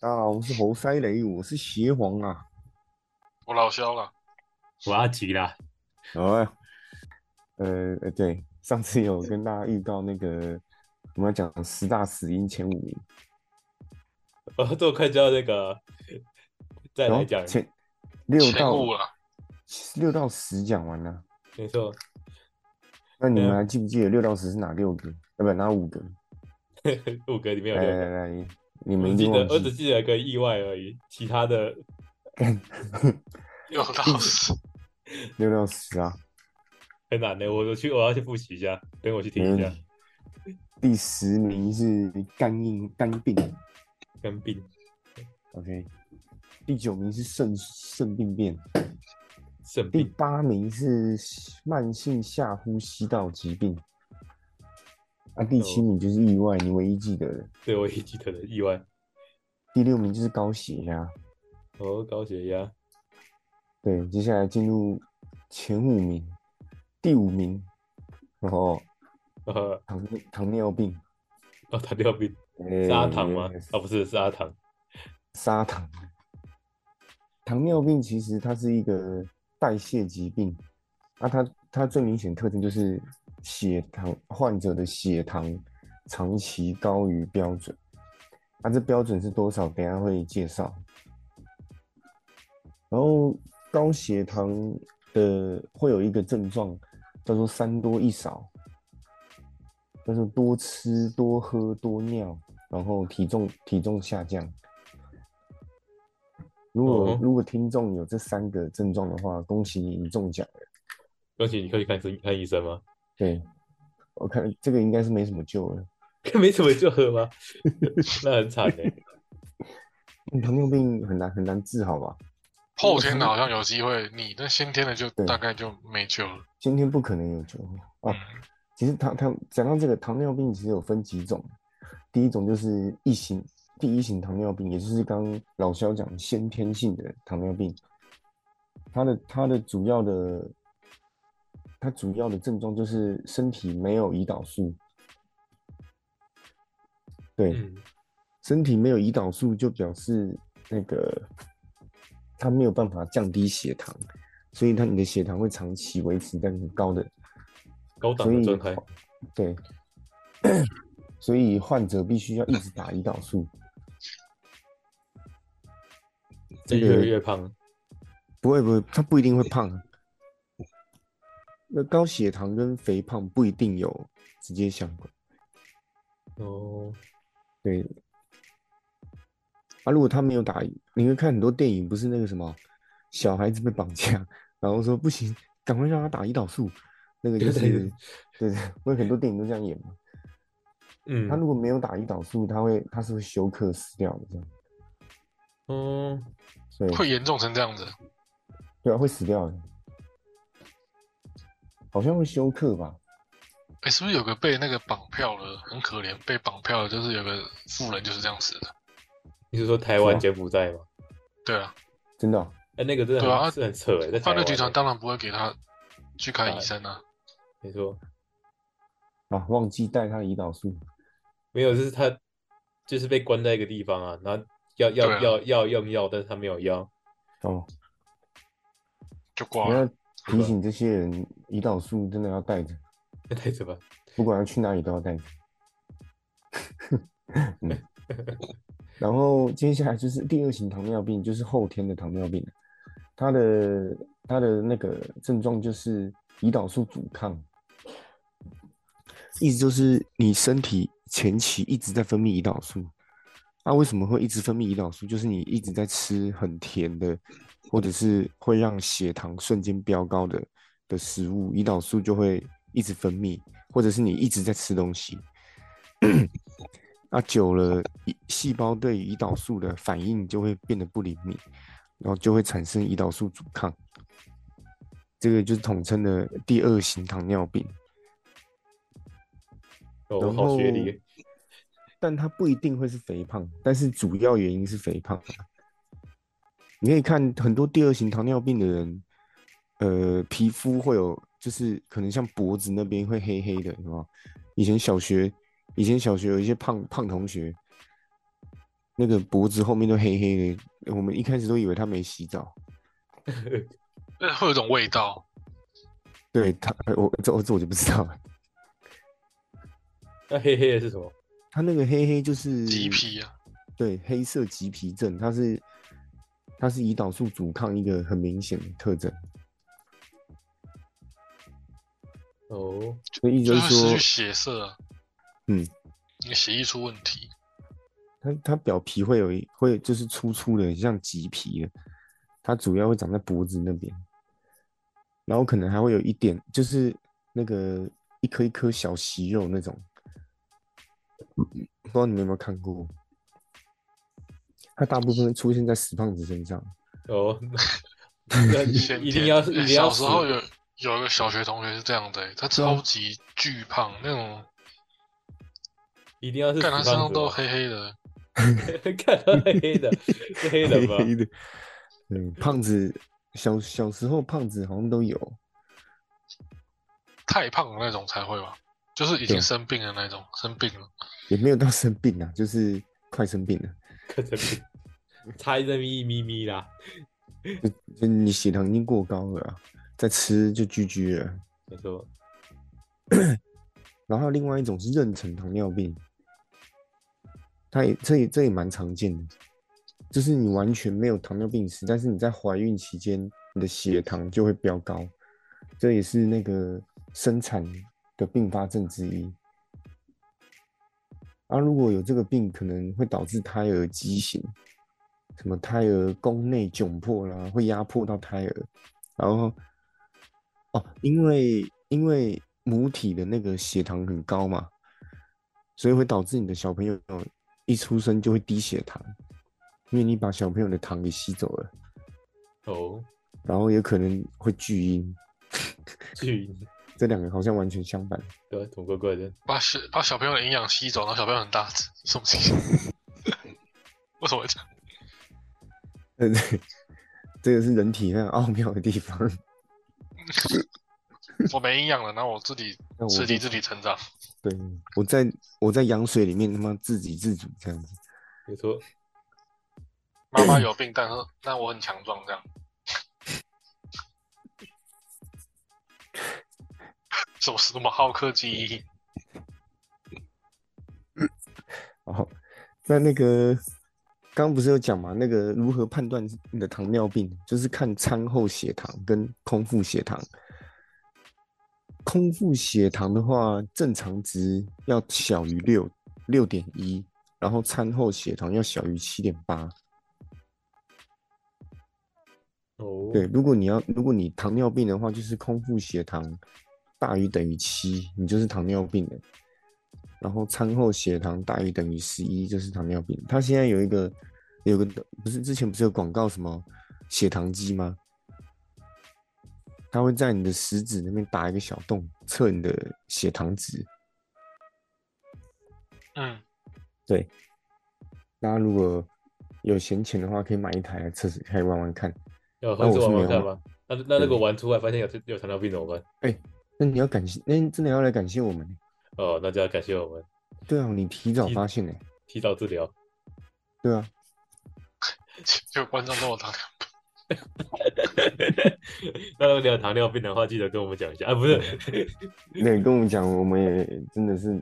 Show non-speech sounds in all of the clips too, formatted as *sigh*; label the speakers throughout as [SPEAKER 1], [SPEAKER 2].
[SPEAKER 1] 啊我是猴塞雷，我是邪皇啊！
[SPEAKER 2] 我老肖了，
[SPEAKER 3] 我要急了，
[SPEAKER 1] 哦，呃呃，对，上次有跟大家预告那个我们要讲十大死因前五名，
[SPEAKER 3] 哦我这么快就要那个，再
[SPEAKER 1] 然
[SPEAKER 3] 来
[SPEAKER 1] 后
[SPEAKER 3] 讲，
[SPEAKER 1] 前六
[SPEAKER 2] 前
[SPEAKER 1] 到
[SPEAKER 2] 五了，
[SPEAKER 1] 六到十讲完了，
[SPEAKER 3] 没错，
[SPEAKER 1] 那你们
[SPEAKER 3] 嗯
[SPEAKER 1] 还记不记得六到十是哪六个？呃，不，哪五个？
[SPEAKER 3] 五个里面有
[SPEAKER 1] 来
[SPEAKER 3] 六
[SPEAKER 1] 来
[SPEAKER 3] 个，
[SPEAKER 1] 来来，你
[SPEAKER 3] 我
[SPEAKER 1] 们
[SPEAKER 3] 只记
[SPEAKER 1] 一定
[SPEAKER 3] 得
[SPEAKER 1] 哎忘
[SPEAKER 3] 我只
[SPEAKER 1] 记。
[SPEAKER 3] 记得一个意外而已，其他的
[SPEAKER 2] 又到十，
[SPEAKER 1] 六到十啊，
[SPEAKER 3] 很难的，我我去我要去复习一下，等我去
[SPEAKER 1] 没
[SPEAKER 3] 听
[SPEAKER 1] 问
[SPEAKER 3] 一下，
[SPEAKER 1] 题。第十名是肝硬肝病
[SPEAKER 3] 跟病
[SPEAKER 1] ，OK。第九名是肾肾病变，
[SPEAKER 3] 肾
[SPEAKER 1] 第
[SPEAKER 3] 病
[SPEAKER 1] 八名是慢性下呼吸道疾病，啊，第七
[SPEAKER 3] 哦
[SPEAKER 1] 名就是意外，你唯一记得的。
[SPEAKER 3] 对我也记得的意外，
[SPEAKER 1] 第六名就是高血压。
[SPEAKER 3] 哦，高血压，
[SPEAKER 1] 对，接下来进入前五名，第五名，哦，
[SPEAKER 3] 呃，
[SPEAKER 1] 糖糖尿病，
[SPEAKER 3] 哦，糖尿病
[SPEAKER 1] 哎
[SPEAKER 3] 是阿糖吗？啊，
[SPEAKER 1] 哦，
[SPEAKER 3] 不是，是阿糖，
[SPEAKER 1] 砂糖。糖尿病其实它是一个代谢疾病，啊它，它最明显特征就是血糖患者的血糖长期高于标准，啊，这标准是多少？等一下会介绍。然后高血糖的会有一个症状叫做三多一少，叫做多吃多喝多尿，然后体重体重下降。如果、
[SPEAKER 3] 哦
[SPEAKER 1] 如果听众有这三个症状的话，恭喜你，你中奖了。
[SPEAKER 3] 恭喜你可以看医看医生吗？ *laughs*
[SPEAKER 1] 对，我看这个应该是没什么救了。
[SPEAKER 3] 没什么救了
[SPEAKER 1] *laughs*
[SPEAKER 3] 吗？那很惨的，
[SPEAKER 1] 糖尿病很难很难治好吧？
[SPEAKER 2] 后天的好像有机会，你那先天的就
[SPEAKER 1] 对
[SPEAKER 2] 大概就没救了。嗯
[SPEAKER 1] 先天不可能有救啊。其实糖糖讲到这个糖尿病，其实有分几种，第一种就是一型第一型糖尿病，也就是刚刚老肖讲先天性的糖尿病，它的它的主要的它主要的症状就是身体没有胰岛素，对，
[SPEAKER 3] 嗯，
[SPEAKER 1] 身体没有胰岛素，就表示那个它没有办法降低血糖，所以它你的血糖会长期维持在很高的，
[SPEAKER 3] 高档
[SPEAKER 1] 所
[SPEAKER 3] 的
[SPEAKER 1] 以
[SPEAKER 3] 状态，
[SPEAKER 1] 对， *coughs* 所以患者必须要一直打胰岛素。
[SPEAKER 3] 这
[SPEAKER 1] 这
[SPEAKER 3] 越
[SPEAKER 1] 个
[SPEAKER 3] 来越胖，
[SPEAKER 1] 不会不会，他不一定会胖啊。 *coughs* 那高血糖跟肥胖不一定有直接相关。
[SPEAKER 3] 哦，
[SPEAKER 1] 对。啊，如果他没有打，你会看很多电影，不是那个什么小孩子被绑架，然后说不行，赶快让他打胰岛素，那个就
[SPEAKER 3] 对对
[SPEAKER 1] 是，对 *laughs* 对，因为很多电影都这样演嘛。
[SPEAKER 3] 嗯
[SPEAKER 1] 他，如果没有打胰岛素，他会他是会休克死掉的，这样，
[SPEAKER 3] 哦，
[SPEAKER 1] 所以
[SPEAKER 2] 会严重成这样子，
[SPEAKER 1] 对啊，会死掉的，好像会休克吧？
[SPEAKER 2] 哎、是不是有个被那个绑票了，很可怜，被绑票了，就是有个富人就是这样死的。
[SPEAKER 3] 你是说台
[SPEAKER 1] 是
[SPEAKER 3] 湾
[SPEAKER 2] 啊
[SPEAKER 1] 吗
[SPEAKER 3] 柬埔寨吗？
[SPEAKER 2] 对啊，
[SPEAKER 1] 真的哦、
[SPEAKER 3] 哎，那个真的
[SPEAKER 2] 对啊
[SPEAKER 3] 很
[SPEAKER 2] 啊
[SPEAKER 3] 是很扯哎，在台
[SPEAKER 2] 犯罪
[SPEAKER 3] 湾
[SPEAKER 2] 集团
[SPEAKER 3] 欸，
[SPEAKER 2] 当然不会给他去看医生啊，
[SPEAKER 3] 没错，
[SPEAKER 1] 啊，忘记带他胰岛素，
[SPEAKER 3] 没有，就是他就是被关在一个地方啊，然后要要
[SPEAKER 2] 对啊
[SPEAKER 3] 要要用药，但是他没有药，
[SPEAKER 1] 哦，
[SPEAKER 2] 就挂
[SPEAKER 1] 我
[SPEAKER 2] 了。
[SPEAKER 1] 要提醒这些人，胰岛素真的要带着。
[SPEAKER 3] 那太扯吧？
[SPEAKER 1] 不管要去哪里都要带着。 *laughs* 嗯，然后接下来就是第二型糖尿病，就是后天的糖尿病，它的它的那个症状就是胰岛素阻抗，意思就是你身体前期一直在分泌胰岛素。那、为什么会一直分泌胰岛素？就是你一直在吃很甜的，或者是会让血糖瞬间飙高的的食物，胰岛素就会一直分泌，或者是你一直在吃东西。那久了，胰细胞对胰岛素的反应就会变得不灵敏，然后就会产生胰岛素阻抗。这个就是统称的第二型糖尿病。
[SPEAKER 3] 哦，
[SPEAKER 1] 然
[SPEAKER 3] 好学
[SPEAKER 1] 后
[SPEAKER 3] 历，
[SPEAKER 1] *laughs* 但它不一定会是肥胖，但是主要原因是肥胖。啊你可以看很多第二型糖尿病的人，呃，皮肤会有，就是可能像脖子那边会黑黑的，有吗？以前小学，以前小学有一些胖胖同学，那个脖子后面都黑黑的，我们一开始都以为他没洗澡。
[SPEAKER 2] 呃会有一种味道。
[SPEAKER 1] 对他，我这我这我就不知道了。
[SPEAKER 3] 那黑黑的是什么？
[SPEAKER 1] 他那个黑黑就是
[SPEAKER 2] 鸡皮啊，
[SPEAKER 1] 对，黑色棘皮症，它是它是胰岛素阻抗一个很明显的特征，
[SPEAKER 3] 哦，
[SPEAKER 1] 所以
[SPEAKER 2] 就
[SPEAKER 1] 就是是
[SPEAKER 2] 会失
[SPEAKER 1] 说
[SPEAKER 2] 去，血色啊。
[SPEAKER 1] 嗯，
[SPEAKER 2] 你的血液出问题，
[SPEAKER 1] 它它表皮会有一会就是粗粗的，很像棘皮的，它主要会长在脖子那边，然后可能还会有一点，就是那个一颗一颗小息肉那种，嗯不知道你们有没有看过？它大部分出现在死胖子身上，
[SPEAKER 3] 哦，
[SPEAKER 2] *laughs*
[SPEAKER 3] 那
[SPEAKER 2] 先
[SPEAKER 3] 一定
[SPEAKER 2] 天
[SPEAKER 3] 要
[SPEAKER 2] 呃
[SPEAKER 3] 一定
[SPEAKER 2] 小
[SPEAKER 3] 要
[SPEAKER 2] 时
[SPEAKER 3] 死，
[SPEAKER 2] 候有有一个小学同学是这样的欸、他
[SPEAKER 1] 对啊
[SPEAKER 2] 超级巨胖，那种
[SPEAKER 3] 一定要是
[SPEAKER 2] 看他
[SPEAKER 3] 死
[SPEAKER 2] 身
[SPEAKER 3] 胖
[SPEAKER 2] 上
[SPEAKER 3] 子
[SPEAKER 2] 都
[SPEAKER 3] 吧，
[SPEAKER 2] 黑黑的，
[SPEAKER 3] *laughs* 看他黑黑的，是黑人
[SPEAKER 1] *laughs*
[SPEAKER 3] 吧？
[SPEAKER 1] 的，对，胖子小小时候胖子好像都有，
[SPEAKER 2] 太胖的那种才会吧，就是
[SPEAKER 1] 对
[SPEAKER 2] 已经生病的那种，生病了。
[SPEAKER 1] 也没有到生病啊，就是快生病了，
[SPEAKER 3] 看成差一针一咪咪啦，
[SPEAKER 1] 就你血糖已经过高了啊、再吃就 GG 了。
[SPEAKER 3] 没错，
[SPEAKER 1] 然后另外一种是妊娠糖尿病，它也这也这也蛮常见的，就是你完全没有糖尿病史，但是你在怀孕期间你的血糖就会飙高，这也是那个生产的并发症之一。啊，如果有这个病，可能会导致胎儿畸形，什么胎儿宫内窘迫啦，会压迫到胎儿，然后哦，因为因为母体的那个血糖很高嘛，所以会导致你的小朋友一出生就会低血糖，因为你把小朋友的糖给吸走了，
[SPEAKER 3] 哦，
[SPEAKER 1] 然后也可能会巨婴，
[SPEAKER 3] 巨
[SPEAKER 1] 这两个好像完全相反。
[SPEAKER 3] 对啊，怎么怪怪的？
[SPEAKER 2] 把小把小朋友的营养吸走，然后小朋友很大只，什么情形？ *laughs* 为什么会这样？
[SPEAKER 1] 呃， *laughs* 对，这个是人体很奥妙的地方。 *laughs*
[SPEAKER 2] 我没营养了，然后我自己
[SPEAKER 1] 那我
[SPEAKER 2] 刺激
[SPEAKER 1] 就
[SPEAKER 2] 自己成长，
[SPEAKER 1] 对我在我在羊水里面他妈自给自足这样子，
[SPEAKER 3] 没错，
[SPEAKER 2] 妈妈有病，但是但我很强壮，这样。 *laughs* 什么什么浩克基因？
[SPEAKER 1] 哦，那那个刚不是有讲嘛？那个如何判断你的糖尿病，就是看餐后血糖跟空腹血糖。空腹血糖的话，正常值要小于六六点一，然后餐后血糖要小于七点八。
[SPEAKER 3] 哦，
[SPEAKER 1] 对，如果你要如果你糖尿病的话，就是空腹血糖大于等于七，你就是糖尿病的。然后餐后血糖大于等于十一，就是糖尿病。它现在有一个有个不是之前不是有广告什么血糖机吗？它会在你的食指那边打一个小洞，测你的血糖值。
[SPEAKER 2] 嗯，
[SPEAKER 1] 大家如果有闲钱的话，可以买一台来测试，可以玩玩看。
[SPEAKER 3] 要
[SPEAKER 1] 那
[SPEAKER 3] 合作
[SPEAKER 1] 我是
[SPEAKER 3] 玩玩
[SPEAKER 1] 没
[SPEAKER 3] 看
[SPEAKER 1] 有
[SPEAKER 3] 吗？那那如
[SPEAKER 1] 对
[SPEAKER 3] 果玩出来发现有有糖尿病怎么办？
[SPEAKER 1] 那你要感谢，那真的要来感谢我们。
[SPEAKER 3] 哦，那就要感谢我们
[SPEAKER 1] 对啊，你提早
[SPEAKER 3] 提
[SPEAKER 1] 发现呢、
[SPEAKER 3] 提早治疗。 *laughs*
[SPEAKER 1] 对啊，
[SPEAKER 2] 就观众都有糖尿病，
[SPEAKER 3] 那如果你有糖尿病的话，记得跟我们讲一下啊，不是，
[SPEAKER 1] 对，跟我们讲，我们也真的是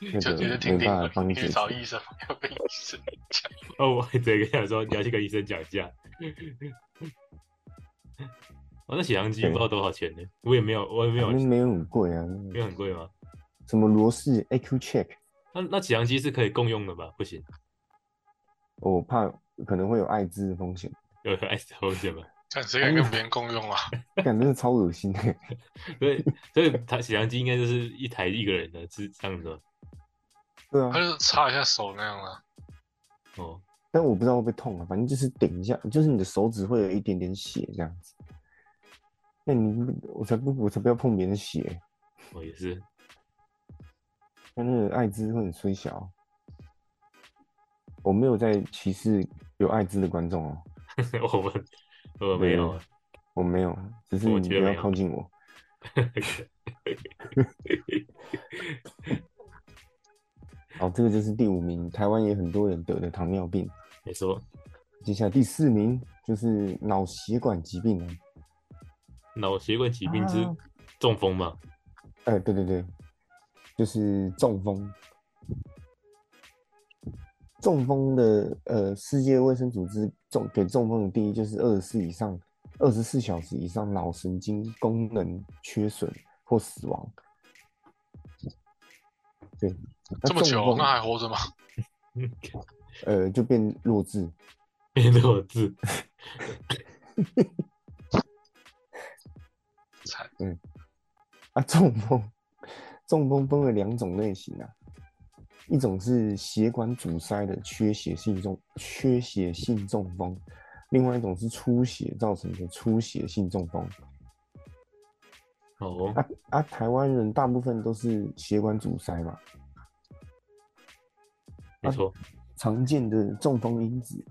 [SPEAKER 1] 那
[SPEAKER 2] 就
[SPEAKER 1] 个
[SPEAKER 2] 你就
[SPEAKER 1] 没
[SPEAKER 2] 听
[SPEAKER 1] 办法
[SPEAKER 2] 听
[SPEAKER 1] 帮
[SPEAKER 2] 你
[SPEAKER 1] 你
[SPEAKER 2] 去
[SPEAKER 1] 解
[SPEAKER 2] 找
[SPEAKER 1] 决。
[SPEAKER 2] 医生，要跟医生讲。
[SPEAKER 3] *laughs* 哦，我对，跟想说你要去跟医生讲一下。哦，那血糖机不知道多少钱呢？我也没有，我也没有
[SPEAKER 1] 反，正没有很贵啊，那
[SPEAKER 3] 没
[SPEAKER 1] 个
[SPEAKER 3] 有很贵吗？
[SPEAKER 1] 什么罗氏 AQ Check，
[SPEAKER 3] 那那血糖机是可以共用的吧？不行，
[SPEAKER 1] 我怕可能会有艾滋的风险，
[SPEAKER 3] 有有 S 风险吧？
[SPEAKER 2] 看谁
[SPEAKER 1] 哎
[SPEAKER 2] 敢跟别人共用啊？
[SPEAKER 1] 感真的超恶心的。
[SPEAKER 3] 所以所以它血糖机应该就是一台一个人的，是这样子吗
[SPEAKER 1] 对啊
[SPEAKER 2] 他，就是擦一下手那样啊。
[SPEAKER 3] 哦。
[SPEAKER 1] 但我不知道会不会痛啊，反正就是顶一下，就是你的手指会有一点点血这样子。那你我才不我才不要碰别人的血，
[SPEAKER 3] 我也是， *laughs*
[SPEAKER 1] 那那个艾滋会很衰小。啊我没有在歧视有艾滋的观众哦，
[SPEAKER 3] 我们我没有啊，
[SPEAKER 1] 我没有，只是
[SPEAKER 3] 我
[SPEAKER 1] 你
[SPEAKER 3] 觉
[SPEAKER 1] 不
[SPEAKER 3] 得
[SPEAKER 1] 要
[SPEAKER 3] 没有
[SPEAKER 1] 靠近我。好，这个就是第五名，台湾也很多人得的糖尿病。
[SPEAKER 4] 没错，
[SPEAKER 1] 接下来第四名就是脑血管疾病了。
[SPEAKER 4] 脑血管疾病
[SPEAKER 1] 啊
[SPEAKER 4] 之中风嘛，
[SPEAKER 1] 哎，对对对，就是中风。中风的呃，世界卫生组织中给中风的定义就是二十四以上、二十四小时以上脑神经功能缺损或死亡。对，那
[SPEAKER 2] 这么啊
[SPEAKER 1] 中
[SPEAKER 2] 久，
[SPEAKER 1] 风
[SPEAKER 2] 那还活着吗？ *laughs*
[SPEAKER 1] 呃就变弱智。
[SPEAKER 4] 变弱智，
[SPEAKER 2] 惨，
[SPEAKER 1] 啊，中风，中风分为两种类型啊，一种是血管阻塞的缺血性中缺血性中风，另外一种是出血造成的出血性中风。
[SPEAKER 4] 哦，
[SPEAKER 1] 啊啊，台湾人大部分都是血管阻塞嘛，
[SPEAKER 4] 没错，
[SPEAKER 1] 常见的中风因子，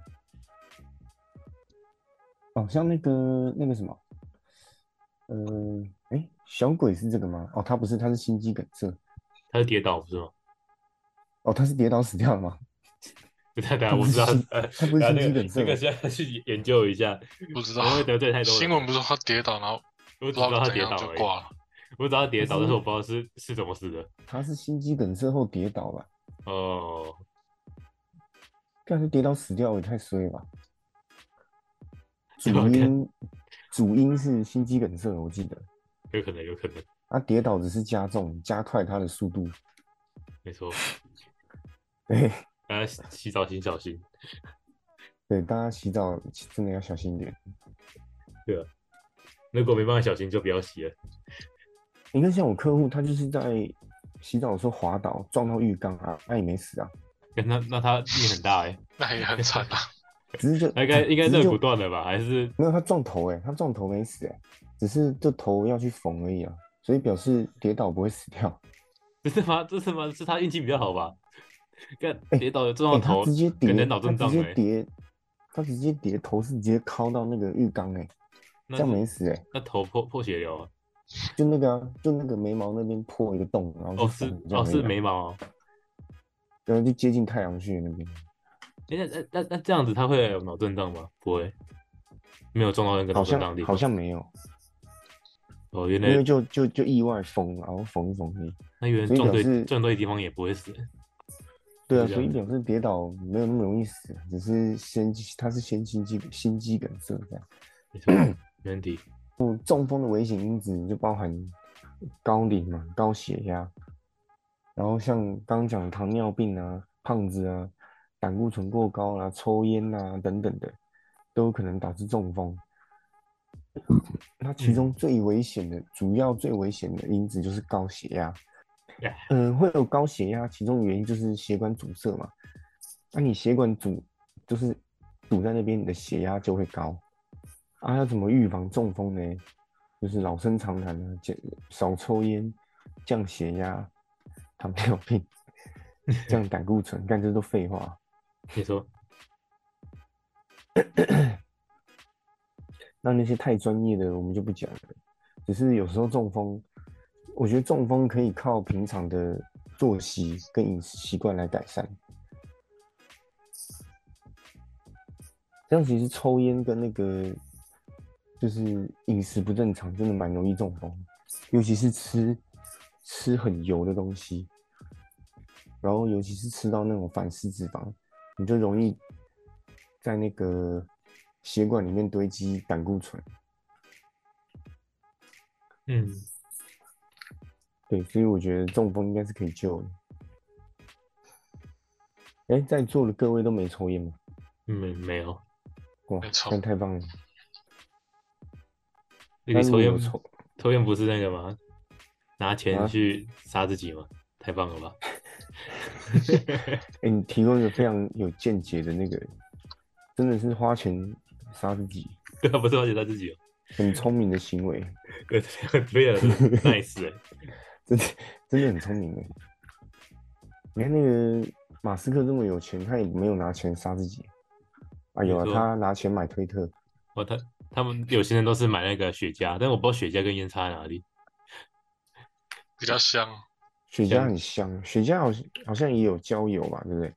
[SPEAKER 1] 哦，像那个那个什么，呃，哎，小鬼是这个吗？哦，他不是，他是心肌梗塞。
[SPEAKER 4] 他是跌倒不是吗？ *laughs*
[SPEAKER 1] 哦，他是跌倒死掉了吗？
[SPEAKER 4] 不太
[SPEAKER 1] 他
[SPEAKER 4] 对，
[SPEAKER 1] 不
[SPEAKER 4] 我知
[SPEAKER 1] 是
[SPEAKER 4] 道，
[SPEAKER 1] 心
[SPEAKER 4] 呃
[SPEAKER 1] 他不是
[SPEAKER 4] 啊
[SPEAKER 1] 心
[SPEAKER 4] 那
[SPEAKER 1] 肌
[SPEAKER 4] 个
[SPEAKER 1] 梗塞
[SPEAKER 4] 这个
[SPEAKER 1] 吗
[SPEAKER 4] 现在去研究一下，
[SPEAKER 2] 不知
[SPEAKER 4] 我
[SPEAKER 2] 道。
[SPEAKER 4] 嗯会得罪太多人。
[SPEAKER 2] 新闻不是说他跌倒，然后不
[SPEAKER 4] 我只
[SPEAKER 2] 知
[SPEAKER 4] 知
[SPEAKER 2] 道
[SPEAKER 4] 道他
[SPEAKER 2] 怎
[SPEAKER 4] 跌
[SPEAKER 2] 样
[SPEAKER 4] 倒
[SPEAKER 2] 就
[SPEAKER 4] 而已，
[SPEAKER 2] 挂了。
[SPEAKER 4] 我只知道他跌倒，
[SPEAKER 1] 可是
[SPEAKER 4] 但是我不知道是是怎么死的。
[SPEAKER 1] 他是心肌梗塞后跌倒吧？
[SPEAKER 4] 哦，
[SPEAKER 1] 但是跌倒死掉也太衰
[SPEAKER 4] *laughs*
[SPEAKER 1] 了吧？主
[SPEAKER 4] 我看
[SPEAKER 1] 因主因是心肌梗塞，我记得。
[SPEAKER 4] 有可能，有可能，
[SPEAKER 1] 啊，跌倒只是加重，加快它的速度。
[SPEAKER 4] 没错。
[SPEAKER 1] *laughs* 对
[SPEAKER 4] 大家洗洗澡请小心。
[SPEAKER 1] 对，大家洗澡真的要小心一点。
[SPEAKER 4] 如果没办法小心，就不要洗了。
[SPEAKER 1] 你看，像我客户，他就是在洗澡的时候滑倒，撞到浴缸啊，那也没死啊，
[SPEAKER 4] 那那他命很大哎、欸，
[SPEAKER 2] 那也很惨
[SPEAKER 4] *laughs*
[SPEAKER 2] 啊。
[SPEAKER 1] 只是就
[SPEAKER 4] 他
[SPEAKER 1] *laughs*
[SPEAKER 4] 应该应该
[SPEAKER 1] 只是
[SPEAKER 4] 肋
[SPEAKER 1] 就
[SPEAKER 4] 骨断了吧？还是
[SPEAKER 1] 没有，他撞头哎、他撞头没死哎、只是就头要去缝而已啊，所以表示跌倒不会死掉。
[SPEAKER 4] 这是吗？这是吗？是他运气比较好吧？看
[SPEAKER 1] 哎
[SPEAKER 4] 跌倒
[SPEAKER 1] 欸
[SPEAKER 4] 撞哦到头，
[SPEAKER 1] 他直接跌，
[SPEAKER 4] 可能脑震
[SPEAKER 1] 他
[SPEAKER 4] 荡
[SPEAKER 1] 直接
[SPEAKER 4] 哎、
[SPEAKER 1] 跌，他直接跌，头是直接敲到那个浴缸哎、
[SPEAKER 4] 那
[SPEAKER 1] 这样没死哎、
[SPEAKER 4] 那头破破血流啊？
[SPEAKER 1] 就那个啊，就那个眉毛那边破一个洞，然后就
[SPEAKER 4] 哦
[SPEAKER 1] 是缝这样
[SPEAKER 4] 哦
[SPEAKER 1] 而已啊
[SPEAKER 4] 是眉，毛、哦。
[SPEAKER 1] 然后就接近太阳穴那边，
[SPEAKER 4] 哎、那那那那这样子他会有脑震荡吗？不会，没有撞到那个
[SPEAKER 1] 好
[SPEAKER 4] 脑震荡
[SPEAKER 1] 像
[SPEAKER 4] 的地
[SPEAKER 1] 好
[SPEAKER 4] 方。
[SPEAKER 1] 像没有，
[SPEAKER 4] 哦，原
[SPEAKER 1] 因为
[SPEAKER 4] 来
[SPEAKER 1] 就就就意外缝，然后缝一缝而已。
[SPEAKER 4] 那原来
[SPEAKER 1] 所以
[SPEAKER 4] 撞
[SPEAKER 1] 表
[SPEAKER 4] 对
[SPEAKER 1] 示
[SPEAKER 4] 撞对地方也不会死。
[SPEAKER 1] 对啊，
[SPEAKER 4] 是这
[SPEAKER 1] 所以
[SPEAKER 4] 样子
[SPEAKER 1] 表示跌倒没有那么容易死，只是先他是先心肌心肌梗塞这样。
[SPEAKER 4] 没错，没问题。
[SPEAKER 1] 嗯，中风的危险因子就包含高龄嘛、高血压，然后像刚刚讲的糖尿病啊、胖子啊、胆固醇过高啊、抽烟啊等等的，都有可能导致中风。那其中最危险的、主要最危险的因子就是高血压。
[SPEAKER 4] 哎
[SPEAKER 1] 嗯，会有高血压，其中原因就是血管阻塞嘛。那、你血管阻就是堵在那边，你的血压就会高。啊，要怎么预防中风呢？就是老生常谈啊，减少抽烟，降血压，糖尿病， *laughs* 降胆固醇，干这都废话。
[SPEAKER 4] 你说
[SPEAKER 1] 那那些太专业的我们就不讲了。只是有时候中风，我觉得中风可以靠平常的作息跟饮食习惯来改善。这样其实抽烟跟那个就是饮食不正常，真的蛮容易中风，尤其是吃吃很油的东西，然后尤其是吃到那种反式脂肪，你就容易在那个血管里面堆积胆固醇。
[SPEAKER 4] 嗯，
[SPEAKER 1] 对，所以我觉得中风应该是可以救的。哎，在座的各位都没抽烟吗？
[SPEAKER 4] 没没有。
[SPEAKER 1] 哇
[SPEAKER 2] 没，抽
[SPEAKER 1] 那太棒了！
[SPEAKER 4] 那个
[SPEAKER 1] 那
[SPEAKER 4] 抽
[SPEAKER 1] 你
[SPEAKER 4] 烟
[SPEAKER 1] 有抽，
[SPEAKER 4] 抽烟不是那个吗？拿钱
[SPEAKER 1] 啊
[SPEAKER 4] 去杀自己吗？太棒了吧！ *laughs*
[SPEAKER 1] 哎，你提供一个非常有见解的那个，真的是花钱杀自己，
[SPEAKER 4] 对啊，不是我写他自己哦， *laughs*
[SPEAKER 1] 很聪明的行为，
[SPEAKER 4] 对，非
[SPEAKER 1] *laughs*
[SPEAKER 4] 常 nice 哎，
[SPEAKER 1] 真的真的很聪明哎。你看那个马斯克这么有钱，他也没有拿钱杀自己。啊，有啊
[SPEAKER 4] 没，错
[SPEAKER 1] 他拿钱买推特，
[SPEAKER 4] 哦，他他们有些人都是买那个雪茄，但我不知道雪茄跟烟差在哪里。
[SPEAKER 2] 比较香，
[SPEAKER 1] 雪茄
[SPEAKER 3] 香
[SPEAKER 1] 很香，雪茄好像好像也有焦油吧，对不对？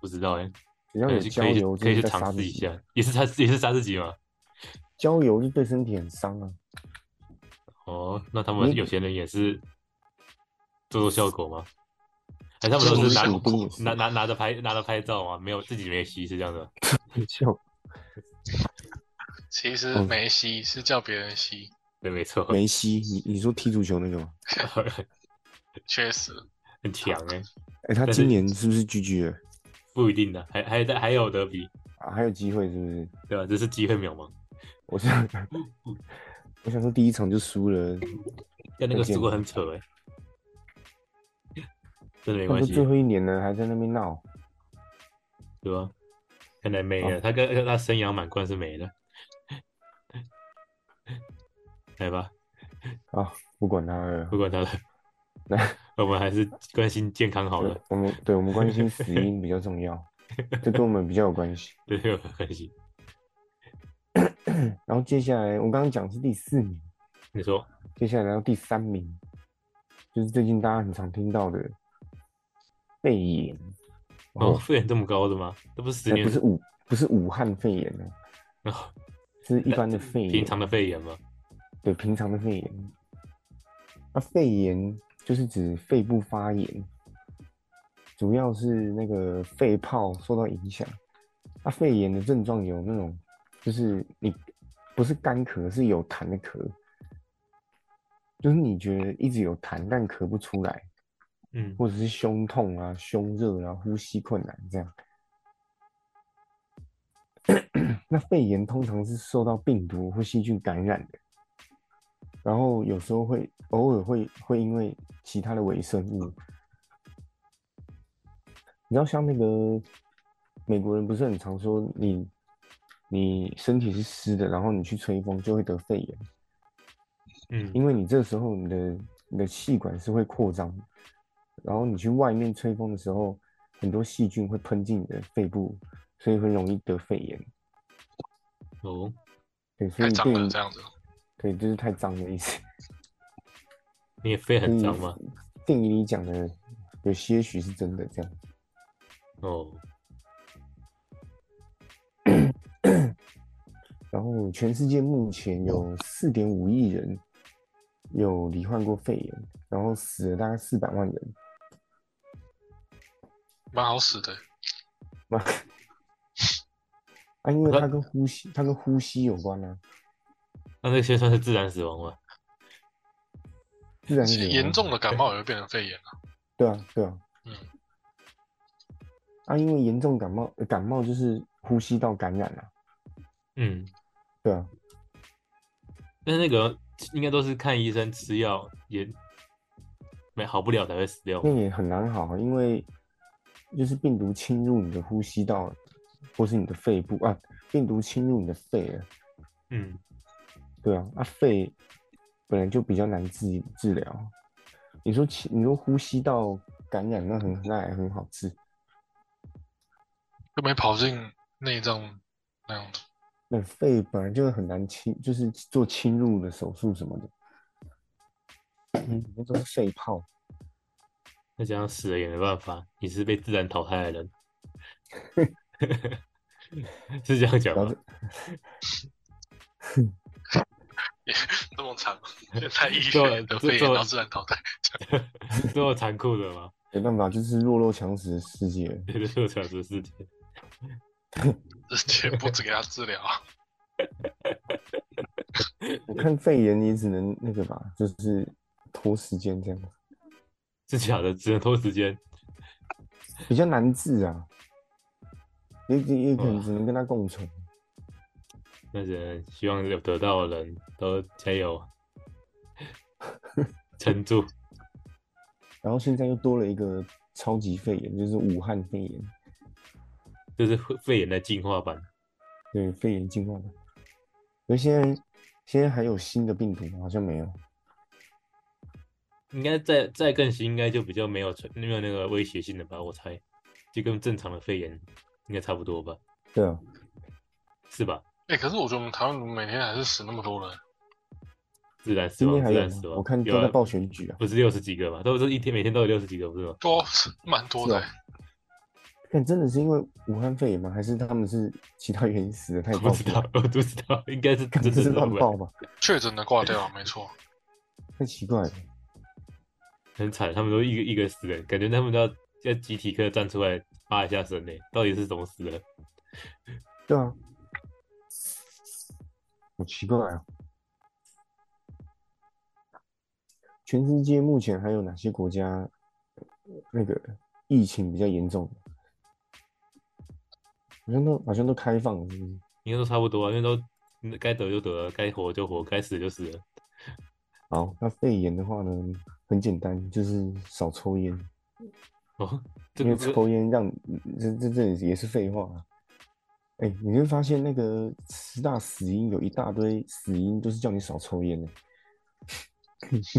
[SPEAKER 4] 不知道哎、
[SPEAKER 1] 只
[SPEAKER 4] 可
[SPEAKER 1] 要有
[SPEAKER 4] 以去
[SPEAKER 1] 焦
[SPEAKER 4] 可以去
[SPEAKER 1] 油，
[SPEAKER 4] 可
[SPEAKER 1] 就
[SPEAKER 4] 以
[SPEAKER 1] 是
[SPEAKER 4] 去
[SPEAKER 1] 在杀
[SPEAKER 4] 尝
[SPEAKER 1] 自
[SPEAKER 4] 试一
[SPEAKER 1] 己。
[SPEAKER 4] 下，也是他也是杀自己嘛。
[SPEAKER 1] 焦油就对身体很伤
[SPEAKER 4] *laughs*
[SPEAKER 1] 啊。
[SPEAKER 4] 哦，那他们
[SPEAKER 1] 你
[SPEAKER 4] 有钱人也是做做效果吗？还是他们
[SPEAKER 2] 做
[SPEAKER 4] 都
[SPEAKER 2] 做
[SPEAKER 4] 是拿
[SPEAKER 2] 效果
[SPEAKER 4] 拿拿拿着拍拿着拍照啊，没有自己没吸是这样的。
[SPEAKER 1] 笑，
[SPEAKER 2] 其实
[SPEAKER 1] 嗯
[SPEAKER 2] 梅西是叫别人吸，
[SPEAKER 4] 对，没错，
[SPEAKER 1] 梅西，你你说踢足球那个吗？
[SPEAKER 2] 确实
[SPEAKER 4] *laughs* 很强哎、
[SPEAKER 1] 哎，他
[SPEAKER 4] 但
[SPEAKER 1] 今
[SPEAKER 4] 是
[SPEAKER 1] 年是不是 GG 了？
[SPEAKER 4] 不一定的，还还在还有德比，
[SPEAKER 1] 啊，还有机会是不是？
[SPEAKER 4] 对吧？只是机会渺茫。
[SPEAKER 1] 我
[SPEAKER 4] *laughs*
[SPEAKER 1] 想，我想说第一场就输了，
[SPEAKER 4] 但那
[SPEAKER 1] 很
[SPEAKER 4] 个
[SPEAKER 1] 健
[SPEAKER 4] 输过很扯
[SPEAKER 1] *laughs*
[SPEAKER 4] 哎、真的没
[SPEAKER 1] 他
[SPEAKER 4] 关
[SPEAKER 1] 都
[SPEAKER 4] 系，
[SPEAKER 1] 最后一年了，还在那边闹。
[SPEAKER 4] 对吧？看来没
[SPEAKER 1] 好
[SPEAKER 4] 了，他跟他生涯满贯是没了， *laughs* 来吧，
[SPEAKER 1] 啊，不管他了
[SPEAKER 4] 不。管他了，
[SPEAKER 1] 来，
[SPEAKER 4] 我们还是关心健康好了。
[SPEAKER 1] 我们对我们关心死因比较重
[SPEAKER 4] *laughs*
[SPEAKER 1] 要，这跟我们比较有关系。
[SPEAKER 4] 对，有关系。
[SPEAKER 1] 然后接下来我刚刚讲是第四名，
[SPEAKER 4] 你说
[SPEAKER 1] 接下来到第三名，就是最近大家很常听到的肺炎。
[SPEAKER 4] 哦，，肺炎这么高的吗？这不是十
[SPEAKER 1] 哎
[SPEAKER 4] 年
[SPEAKER 1] 不是武不是武汉肺炎哦，
[SPEAKER 4] 哦，
[SPEAKER 1] 是一般的肺炎，
[SPEAKER 4] 平常的肺炎吗？
[SPEAKER 1] 对平常的肺炎。那肺炎就是指肺部发炎，主要是那个肺泡受到影响。那肺炎的症状有那种，就是你不是干咳，是有痰的咳，就是你觉得一直有痰但咳不出来，
[SPEAKER 4] 嗯，
[SPEAKER 1] 或者是胸痛啊、胸热啊、呼吸困难这样。 *clears throat* 那肺炎通常是受到病毒或细菌感染的，然后有时候会偶尔会会因为其他的微生物，你知道像那个美国人不是很常说你你身体是湿的，然后你去吹风就会得肺炎，
[SPEAKER 4] 嗯，
[SPEAKER 1] 因为你这时候你的你的气管是会扩张的，然后你去外面吹风的时候，很多细菌会喷进你的肺部，所以很容易得肺炎。
[SPEAKER 4] 哦，
[SPEAKER 1] 对，所
[SPEAKER 2] 太
[SPEAKER 1] 以
[SPEAKER 2] 脏
[SPEAKER 1] 对
[SPEAKER 2] 了
[SPEAKER 1] 于
[SPEAKER 2] 这样子。
[SPEAKER 1] 对，就是太脏的意思。
[SPEAKER 4] 你也肺很
[SPEAKER 1] 嗯
[SPEAKER 4] 脏吗？
[SPEAKER 1] 定义里讲的有些许是真的这样。
[SPEAKER 4] 哦，
[SPEAKER 1] 然后全世界目前有四点五亿人有罹患过肺炎，然后死了大概四百万人。
[SPEAKER 2] 蛮好使的，
[SPEAKER 1] 啊，因为
[SPEAKER 4] 那
[SPEAKER 1] 它跟呼吸，它跟呼吸有关啊，
[SPEAKER 4] 那那些算是自然死亡吗？
[SPEAKER 1] 自然啊
[SPEAKER 2] 其实
[SPEAKER 1] 死亡
[SPEAKER 2] 严重的感冒也会变成肺炎啊。
[SPEAKER 1] 对啊，对啊，
[SPEAKER 2] 嗯，
[SPEAKER 1] 啊，因为严重感冒，呃感冒就是呼吸道感染啊，
[SPEAKER 4] 嗯，
[SPEAKER 1] 对啊，
[SPEAKER 4] 但是那个应该都是看医生吃药也没好不了才会死掉。
[SPEAKER 1] 那也很难好，啊因为就是病毒侵入你的呼吸道，或是你的肺部啊，病毒侵入你的肺了，
[SPEAKER 4] 嗯，
[SPEAKER 1] 对啊，啊肺本来就比较难治治疗，啊你说侵你说呼吸道感染那很那也很好治，
[SPEAKER 2] 就没跑进内脏那样子。
[SPEAKER 1] 那肺本来就很难侵，就是做侵入的手术什么的，嗯，那都是肺泡。
[SPEAKER 4] 那这样死了也没办法，你是被自然淘汰的
[SPEAKER 1] *laughs*
[SPEAKER 4] 人， *laughs* 是这样讲
[SPEAKER 1] 然
[SPEAKER 4] 吗
[SPEAKER 1] 后？
[SPEAKER 2] 这么 *laughs* 惨吗，现在医
[SPEAKER 4] *laughs* 做
[SPEAKER 2] 学的
[SPEAKER 4] 做
[SPEAKER 2] 肺炎
[SPEAKER 4] 做
[SPEAKER 2] 然后自然淘汰，
[SPEAKER 4] 这么残酷的吗？ *laughs*
[SPEAKER 1] 没办法，就是弱肉强食的世界。
[SPEAKER 4] 对对，这么残酷的事情。
[SPEAKER 2] 这也不止给他治疗啊，
[SPEAKER 1] 我看肺炎也只能那个吧，就是拖时间这样，
[SPEAKER 4] 是假的，只能拖时间。
[SPEAKER 1] 比较难治啊。也也也可能
[SPEAKER 4] 哇
[SPEAKER 1] 只能跟他共存。
[SPEAKER 4] 那只能希望有得到的人都
[SPEAKER 1] *laughs*
[SPEAKER 4] 加油，撑住。
[SPEAKER 1] 然后现在又多了一个超级肺炎，就是武汉肺炎，
[SPEAKER 4] 这是肺肺炎的进化版，
[SPEAKER 1] 对肺炎进化的。而现在现在还有新的病毒吗？好像没有。
[SPEAKER 4] 应该再再更新，应该就比较没有传没有那个威胁性了吧？我猜，就跟正常的肺炎应该差不多吧？
[SPEAKER 1] 对啊，
[SPEAKER 4] 是吧？
[SPEAKER 2] 哎、可是我觉得我们台湾每天还是死那么多人，
[SPEAKER 4] 自然死
[SPEAKER 1] 今
[SPEAKER 4] 亡，
[SPEAKER 1] 天还
[SPEAKER 4] 自
[SPEAKER 1] 有
[SPEAKER 4] 然
[SPEAKER 1] 吗
[SPEAKER 4] 死亡，
[SPEAKER 1] 我看
[SPEAKER 4] 有
[SPEAKER 1] 都在
[SPEAKER 4] 啊，
[SPEAKER 1] 报选举啊，
[SPEAKER 4] 不是六十几个嘛，都是一天每天都有六十几个，不是吗？
[SPEAKER 2] 多是蛮多的欸、
[SPEAKER 1] 哦看真的是因为武汉肺炎吗？还是他们是其他原因死的？他也
[SPEAKER 4] 我
[SPEAKER 1] 报
[SPEAKER 4] 不知
[SPEAKER 1] *laughs* 出来
[SPEAKER 4] 道，我不知道，应
[SPEAKER 1] *laughs*
[SPEAKER 4] 该是
[SPEAKER 1] 干
[SPEAKER 4] 真
[SPEAKER 1] 这
[SPEAKER 4] 的
[SPEAKER 1] 是
[SPEAKER 4] 是
[SPEAKER 1] 乱报吧？
[SPEAKER 2] 确诊的挂掉，没错。
[SPEAKER 1] 太奇怪了。
[SPEAKER 4] 很惨，他们都一个一个死人，感觉他们都要要集体课站出来发一下声呢，到底是怎么死的？
[SPEAKER 1] 对啊，好奇怪啊！全世界目前还有哪些国家呃那个疫情比较严重？好像都好像都开放了，是不是？
[SPEAKER 4] 应该都差不多啊，因为都该得就得了，该活就活，该死就死了。
[SPEAKER 1] 好，那肺炎的话呢，很简单，就是少抽烟，
[SPEAKER 4] 哦，这
[SPEAKER 1] 因为
[SPEAKER 4] 个这个
[SPEAKER 1] 抽烟让这这这也是废话啊。哎、你会发现那个十大死因有一大堆死因，就是叫你少抽烟的、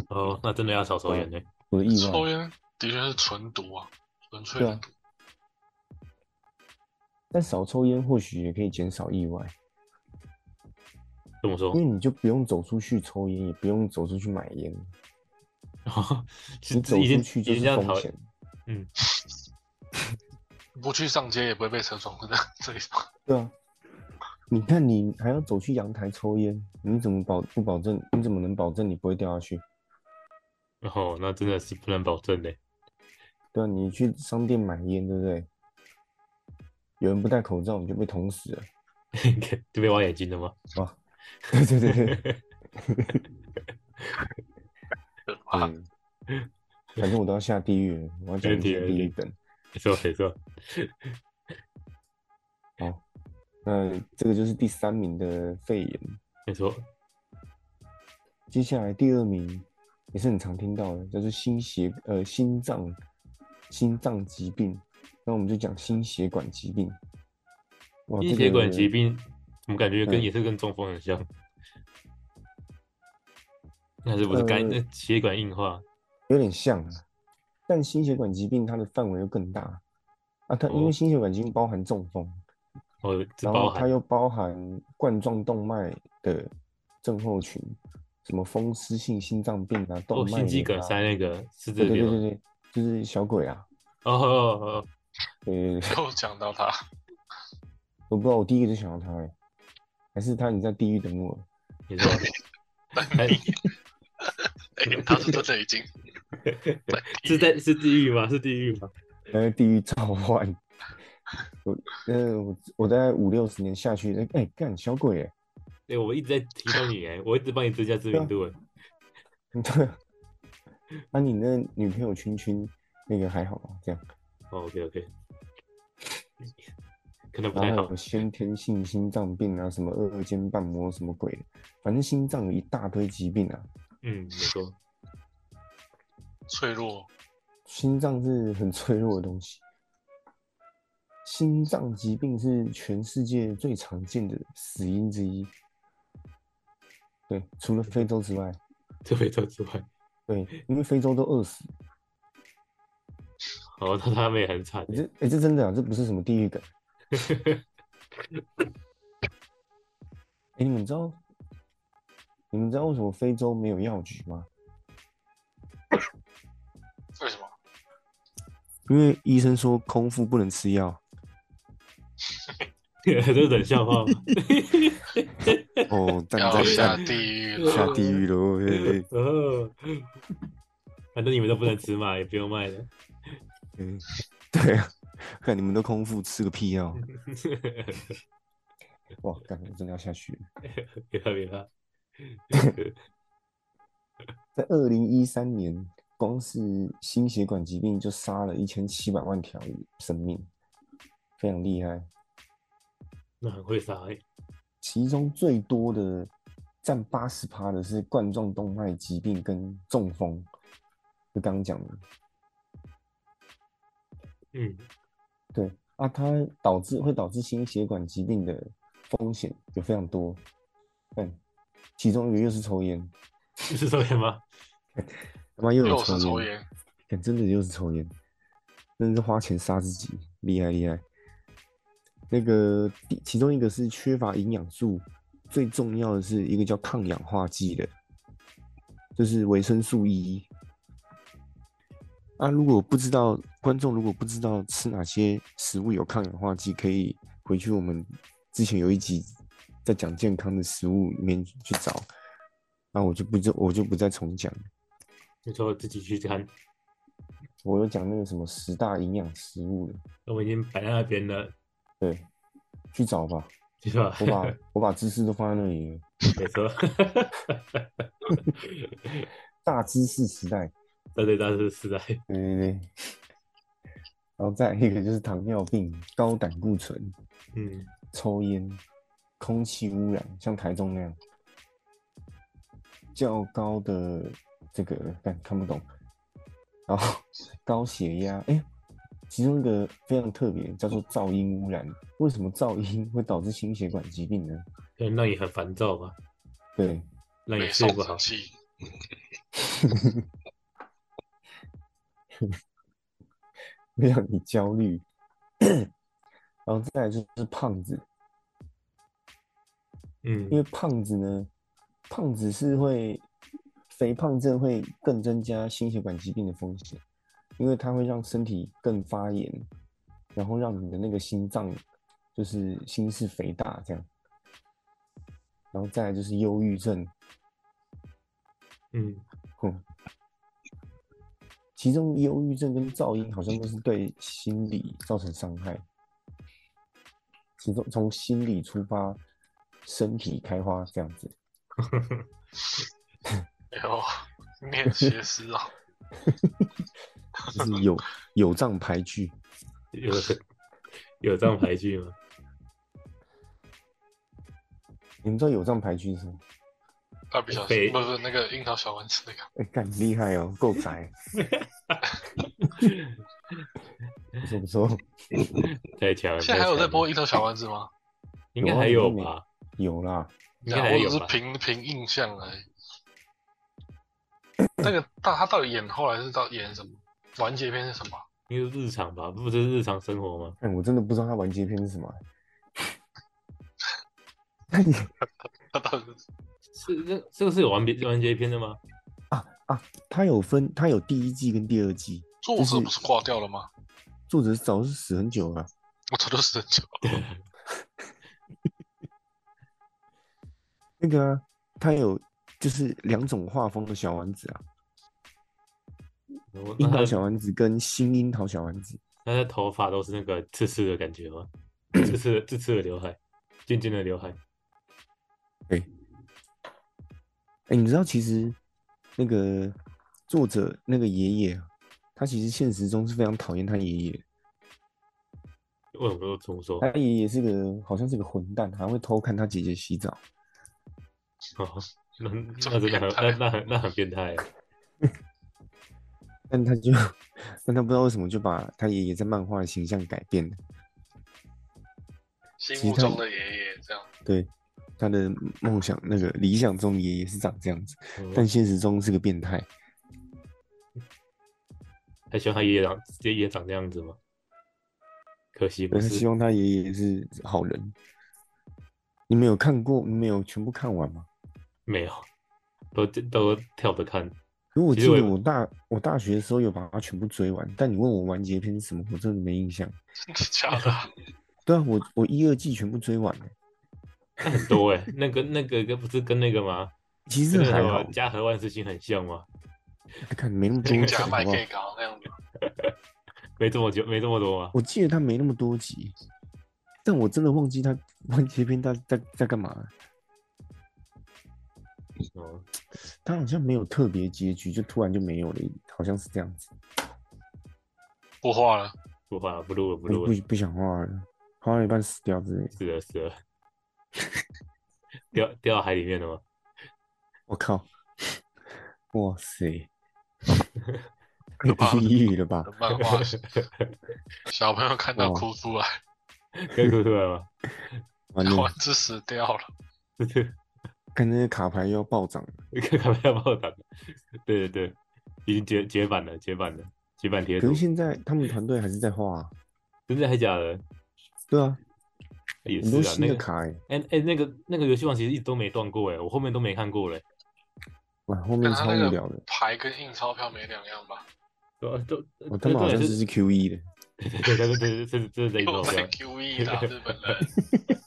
[SPEAKER 4] 哦，那真的要少抽烟呢。
[SPEAKER 1] 我的意外。啊
[SPEAKER 2] 抽烟的确是纯毒啊，纯粹
[SPEAKER 1] 对
[SPEAKER 2] 的
[SPEAKER 1] 啊
[SPEAKER 2] 毒。
[SPEAKER 1] 但少抽烟或许也可以减少意外，
[SPEAKER 4] 这么说
[SPEAKER 1] 因为，你就不用走出去抽烟，也不用走出去买烟，
[SPEAKER 4] 哦，是
[SPEAKER 1] 你
[SPEAKER 4] 这
[SPEAKER 1] 走
[SPEAKER 4] 已经
[SPEAKER 1] 出去
[SPEAKER 4] 已
[SPEAKER 1] 就
[SPEAKER 4] 经
[SPEAKER 1] 是
[SPEAKER 4] 这样
[SPEAKER 1] 风
[SPEAKER 4] 讨
[SPEAKER 1] 险。
[SPEAKER 2] 不去上街也不会被车撞，是这样这一种。
[SPEAKER 1] 对啊，你看你还要走去阳台抽烟，你怎么保不保证？你怎么能保证你不会掉下去？
[SPEAKER 4] 哦，那真的是不能保证嘞。
[SPEAKER 1] 对啊，你去商店买烟，对不对？有人不戴口罩，你就被捅死了。
[SPEAKER 4] 就被挖眼睛了吗？
[SPEAKER 1] 哇， *laughs* 对对对对，
[SPEAKER 2] 啊， *laughs*
[SPEAKER 1] 嗯，反正我都要下地狱了，我要讲
[SPEAKER 4] 没
[SPEAKER 1] 一
[SPEAKER 4] 问题
[SPEAKER 1] 下地
[SPEAKER 4] 没问
[SPEAKER 1] 狱
[SPEAKER 4] 题
[SPEAKER 1] 梗。
[SPEAKER 4] 没错没错，
[SPEAKER 1] 好，那这个就是第三名的肺炎。
[SPEAKER 4] 没错。
[SPEAKER 1] 接下来第二名也是很常听到的，叫做心血呃心脏心脏疾病。那我们就讲心血管疾病。哇，哦
[SPEAKER 4] 心
[SPEAKER 1] 这
[SPEAKER 4] 血管
[SPEAKER 1] 个
[SPEAKER 4] 疾病，怎么感觉跟
[SPEAKER 1] 嗯
[SPEAKER 4] 也是跟中风
[SPEAKER 1] *laughs*
[SPEAKER 4] 很像？那是不是肝？
[SPEAKER 1] 呃
[SPEAKER 4] 那血管硬化？
[SPEAKER 1] 有点像啊，但心血管疾病它的范围又更大啊。它因
[SPEAKER 4] 哦
[SPEAKER 1] 为心血管疾病包含中风，
[SPEAKER 4] 哦，这
[SPEAKER 1] 然
[SPEAKER 4] 包
[SPEAKER 1] 后它
[SPEAKER 4] 含
[SPEAKER 1] 又包含冠状动脉的症候群，什么风湿性心脏病啊、动
[SPEAKER 4] 哦，
[SPEAKER 1] 脉
[SPEAKER 4] 心肌
[SPEAKER 1] 炎
[SPEAKER 4] 梗
[SPEAKER 1] 啊
[SPEAKER 4] 塞那个是这
[SPEAKER 1] 对对
[SPEAKER 4] 边
[SPEAKER 1] 对
[SPEAKER 4] 吗
[SPEAKER 1] 对？对，就是小鬼啊，
[SPEAKER 4] 哦哦哦哦，
[SPEAKER 1] 对对对。
[SPEAKER 2] 又讲到他，
[SPEAKER 1] 我不知道，我第一个就想到他哎、还是他已经在地狱等我了。
[SPEAKER 4] 没错，还
[SPEAKER 2] 哎、他是真的已经在地
[SPEAKER 4] 是
[SPEAKER 2] 狱
[SPEAKER 4] 在是地狱吗？是地狱吗？
[SPEAKER 1] 那个地狱召唤，我呃我我大概五六十年下去，哎、干小鬼哎、
[SPEAKER 4] 对，我一直在提到你哎，我一直帮你增加知名度哎。
[SPEAKER 1] 对啊，啊你那女朋友圈圈那个还好吗？这样，
[SPEAKER 4] 哦，OK OK，可能不
[SPEAKER 1] 然
[SPEAKER 4] 太
[SPEAKER 1] 后还
[SPEAKER 4] 好
[SPEAKER 1] 有。先天性心脏病啊，什么二尖瓣膜什么鬼的，反正心脏有一大堆疾病啊，
[SPEAKER 4] 嗯，没错，
[SPEAKER 2] 脆弱，
[SPEAKER 1] 心脏是很脆弱的东西。心脏疾病是全世界最常见的死因之一。对，除了非洲之外，
[SPEAKER 4] 这非洲之外，
[SPEAKER 1] 对，因为非洲都饿死。
[SPEAKER 4] 哦，那他们也很惨 *laughs*
[SPEAKER 1] 欸、这哎、欸这真的啊，这不是什么地狱梗。
[SPEAKER 4] 哎。
[SPEAKER 1] 哎、你们知道，你们知道为什么非洲没有药局吗？
[SPEAKER 2] 为什么？
[SPEAKER 1] 因为医生说空腹不能吃药。
[SPEAKER 4] 这是冷笑话吗？
[SPEAKER 2] *laughs*
[SPEAKER 1] 哦，但
[SPEAKER 2] 要
[SPEAKER 1] 在
[SPEAKER 2] 下
[SPEAKER 1] 下
[SPEAKER 2] 地狱
[SPEAKER 1] 下
[SPEAKER 2] 了，
[SPEAKER 1] 地狱喽！嘿嘿
[SPEAKER 4] 哦，反正你们都不能吃嘛，也不用卖了。 *laughs*
[SPEAKER 1] 嗯， *laughs* 对啊，看你们都空腹吃个屁药！
[SPEAKER 2] 嗯
[SPEAKER 1] 哇，干，我真的要下去了。
[SPEAKER 4] 别怕别怕，
[SPEAKER 1] 在二零一三年，光是心血管疾病就杀了一千七百万条生命，非常厉害。
[SPEAKER 4] 那很会杀哎。
[SPEAKER 1] 其中最多的占八十趴的是冠状动脉疾病跟中风，就刚刚讲的。
[SPEAKER 4] 嗯，
[SPEAKER 1] 对啊，它导致会导致心血管疾病的风险有非常多。嗯，其中一个又是抽烟，
[SPEAKER 4] 是这边吗？
[SPEAKER 1] 他妈又有
[SPEAKER 2] 又是抽烟，
[SPEAKER 1] 干真的就是抽烟，真的是花钱杀自己，厉害厉害。那个第其中一个是缺乏营养素，最重要的是一个叫抗氧化剂的，就是维生素 E。啊，如果不知道观众如果不知道吃哪些食物有抗氧化剂，可以回去我们之前有一集在讲健康的食物里面去找。那我就不就我就不再重讲了，
[SPEAKER 4] 没错，自己去看。
[SPEAKER 1] 我有讲那个什么十大营养食物的，
[SPEAKER 4] 我们已经摆在那边了，
[SPEAKER 1] 对，去找吧。
[SPEAKER 4] 对吧？
[SPEAKER 1] 我把我把知识都放在那里了，
[SPEAKER 4] 没错， *laughs*
[SPEAKER 1] 大知识时代。
[SPEAKER 4] 大对大是时代，
[SPEAKER 1] 对对对，然后再一个就是糖尿病、高胆固醇、
[SPEAKER 4] 嗯，
[SPEAKER 1] 抽烟、空气污染，像台中那样，较高的这个看看不懂，然后高血压，哎、其中一个非常特别，叫做噪音污染。为什么噪音会导致心血管疾病呢？
[SPEAKER 4] 可能让你很烦躁吧，
[SPEAKER 1] 对，
[SPEAKER 4] 让你
[SPEAKER 2] 北
[SPEAKER 4] 睡
[SPEAKER 2] 宋
[SPEAKER 4] 不
[SPEAKER 2] 时
[SPEAKER 4] 好。
[SPEAKER 2] 期
[SPEAKER 1] 会让你焦虑，然后再来就是胖子，
[SPEAKER 4] 嗯
[SPEAKER 1] 因为胖子呢，胖子是会肥胖症会更增加心血管疾病的风险，因为它会让身体更发炎，然后让你的那个心脏就是心室肥大这样，然后再来就是忧郁症，
[SPEAKER 4] 嗯，
[SPEAKER 1] 哼，其中忧郁症跟噪音好像都是对心理造成伤害，其中从心理出发，身体开花这样子。
[SPEAKER 2] 哎呦，念邪师啊， *laughs*
[SPEAKER 1] 就是有有障排拒，
[SPEAKER 4] 有 *laughs* 有这样排序吗？
[SPEAKER 1] 你们知道有障排拒是什么？
[SPEAKER 2] 蜡笔小
[SPEAKER 4] 北
[SPEAKER 2] 啊新不是那个樱桃小丸子那个，
[SPEAKER 1] 哎、干你厉害哦，够宅， *laughs* 不错不错，
[SPEAKER 4] 太强了！
[SPEAKER 2] 现在还有在
[SPEAKER 4] 太强了，
[SPEAKER 2] 播樱桃小丸子吗？
[SPEAKER 4] 应该
[SPEAKER 1] 有啊
[SPEAKER 4] 还
[SPEAKER 1] 有
[SPEAKER 4] 有
[SPEAKER 1] 在
[SPEAKER 4] 吧？
[SPEAKER 1] 有啦，
[SPEAKER 4] 应
[SPEAKER 2] 啊
[SPEAKER 4] 该还
[SPEAKER 2] 我
[SPEAKER 4] 有
[SPEAKER 2] 只是
[SPEAKER 4] 吧？
[SPEAKER 2] 凭凭印象而已。那个大他到底演后来是到演什么？完结篇是什么？
[SPEAKER 4] 因为日常吧，不是日常生活吗？
[SPEAKER 1] 哎、我真的不知道他完结篇是什 *laughs* 么、啊那你
[SPEAKER 2] 他到底是
[SPEAKER 4] 是这这个是有完别完结篇的吗？
[SPEAKER 1] 啊啊，他有分，他有第一季跟第二季，
[SPEAKER 2] 作者不是挂掉了吗？
[SPEAKER 1] 作者早就死很久了，啊
[SPEAKER 2] 我早就死很久了。
[SPEAKER 1] 那个啊，他有就是两种画风的小丸子啊，
[SPEAKER 4] 我
[SPEAKER 1] 樱
[SPEAKER 4] 那
[SPEAKER 1] 桃
[SPEAKER 4] 他
[SPEAKER 1] 小丸子跟新樱桃小丸子，
[SPEAKER 4] 他的头发都是那个刺刺的感觉吗？刺刺的刺刺的刘海，尖尖的刘海。
[SPEAKER 1] 哎、你知道其实那个作者那个爷爷啊，他其实现实中是非常讨厌他爷爷的，
[SPEAKER 4] 为什么这么说？
[SPEAKER 1] 他爷爷是个好像是个混蛋，还会偷看他姐姐洗澡。
[SPEAKER 4] 哦，
[SPEAKER 2] *laughs* 这
[SPEAKER 4] 那那
[SPEAKER 2] 么变态
[SPEAKER 4] 真的很那那很那很变态。啊
[SPEAKER 1] 但他就， *laughs* 但他不知道为什么就把他爷爷在漫画的形象改变了。
[SPEAKER 2] 心目中的爷爷这 *laughs* 样，
[SPEAKER 1] 对，他的梦想那个理想中爷爷是长这样子，
[SPEAKER 4] 嗯
[SPEAKER 1] 但现实中是个变态。
[SPEAKER 4] 他希望他爷爷长爷爷长这样子吗？可惜
[SPEAKER 1] 对
[SPEAKER 4] 不
[SPEAKER 1] 他希
[SPEAKER 4] 是，
[SPEAKER 1] 望他爷爷是好人。你们有看过？你们有全部看完吗？
[SPEAKER 4] 没有，都都跳着看。
[SPEAKER 1] 如果我
[SPEAKER 4] 其
[SPEAKER 1] 记
[SPEAKER 4] 实我
[SPEAKER 1] 得
[SPEAKER 4] 也
[SPEAKER 1] 我大我大学的时候有把它全部追完，但你问我完结篇是什么，我真的没印象。
[SPEAKER 2] 真的假的啊？
[SPEAKER 1] 对啊，我我一二季全部追完了，
[SPEAKER 4] 那很多哎、那个那个跟不是跟那个吗？
[SPEAKER 1] 其
[SPEAKER 4] 跟
[SPEAKER 1] 实
[SPEAKER 4] 那个
[SPEAKER 1] 还
[SPEAKER 4] 什么
[SPEAKER 1] 好，
[SPEAKER 4] 家和万事兴很像吗？啊
[SPEAKER 1] 看没那么
[SPEAKER 2] 真
[SPEAKER 1] 多集，
[SPEAKER 2] 假
[SPEAKER 1] 好
[SPEAKER 2] 卖
[SPEAKER 1] 不好？
[SPEAKER 2] gay 搞那样子，
[SPEAKER 4] 没这么久，没这么多吗？
[SPEAKER 1] 我记得他没那么多集，但我真的忘记他完结篇他在在干嘛了。
[SPEAKER 4] 哦，
[SPEAKER 1] 他好像没有特别结局，就突然就没有了，好像是这样子。
[SPEAKER 2] 不画了。
[SPEAKER 4] 不画了，不录了，不
[SPEAKER 1] 我
[SPEAKER 4] 录
[SPEAKER 1] 不
[SPEAKER 4] 了， *laughs*
[SPEAKER 1] 不想画了，画到一半死掉之类的。
[SPEAKER 4] 是的，是的，掉掉到海里面了 *laughs* 吗？
[SPEAKER 1] 我靠！哇
[SPEAKER 4] *laughs*
[SPEAKER 1] 塞！
[SPEAKER 2] 可怕
[SPEAKER 1] 太地狱了吧？
[SPEAKER 2] 漫画小朋友看到哭出来，
[SPEAKER 4] 可以哭出来吗？
[SPEAKER 1] 完
[SPEAKER 2] 小丸
[SPEAKER 1] 了，
[SPEAKER 2] 子死掉了。
[SPEAKER 1] 看那些卡牌又要暴涨了。
[SPEAKER 4] 看看要报道。 *laughs* 对对对，已经绝绝版了，绝版了，绝版贴
[SPEAKER 1] 可
[SPEAKER 4] 图
[SPEAKER 1] 是，现在他们团队还是在画、啊，
[SPEAKER 4] 真的还假的？
[SPEAKER 1] 对啊，
[SPEAKER 4] *laughs* 也
[SPEAKER 1] 很
[SPEAKER 4] 是
[SPEAKER 1] 多
[SPEAKER 4] 啊，
[SPEAKER 1] 新
[SPEAKER 4] 那
[SPEAKER 1] 的
[SPEAKER 4] 个
[SPEAKER 1] 卡、欸。
[SPEAKER 4] 欸哎、哎、那个那个游戏王其实一直都没断过哎、我后面都没看过嘞、
[SPEAKER 1] 哇，后面
[SPEAKER 2] 但他
[SPEAKER 1] 超
[SPEAKER 2] 那
[SPEAKER 1] 无
[SPEAKER 2] 个
[SPEAKER 1] 聊的。
[SPEAKER 2] 牌跟印钞票没两样吧？
[SPEAKER 4] 对啊，都
[SPEAKER 1] 我哦他
[SPEAKER 4] 这
[SPEAKER 1] 妈好
[SPEAKER 4] 重
[SPEAKER 1] 像
[SPEAKER 4] 点，
[SPEAKER 1] 就是是 Q E 的，
[SPEAKER 4] 对对对对，这是这是这一
[SPEAKER 2] 又 *laughs*
[SPEAKER 4] 种
[SPEAKER 2] 在
[SPEAKER 4] 对啊
[SPEAKER 2] QE E 啦，日本人。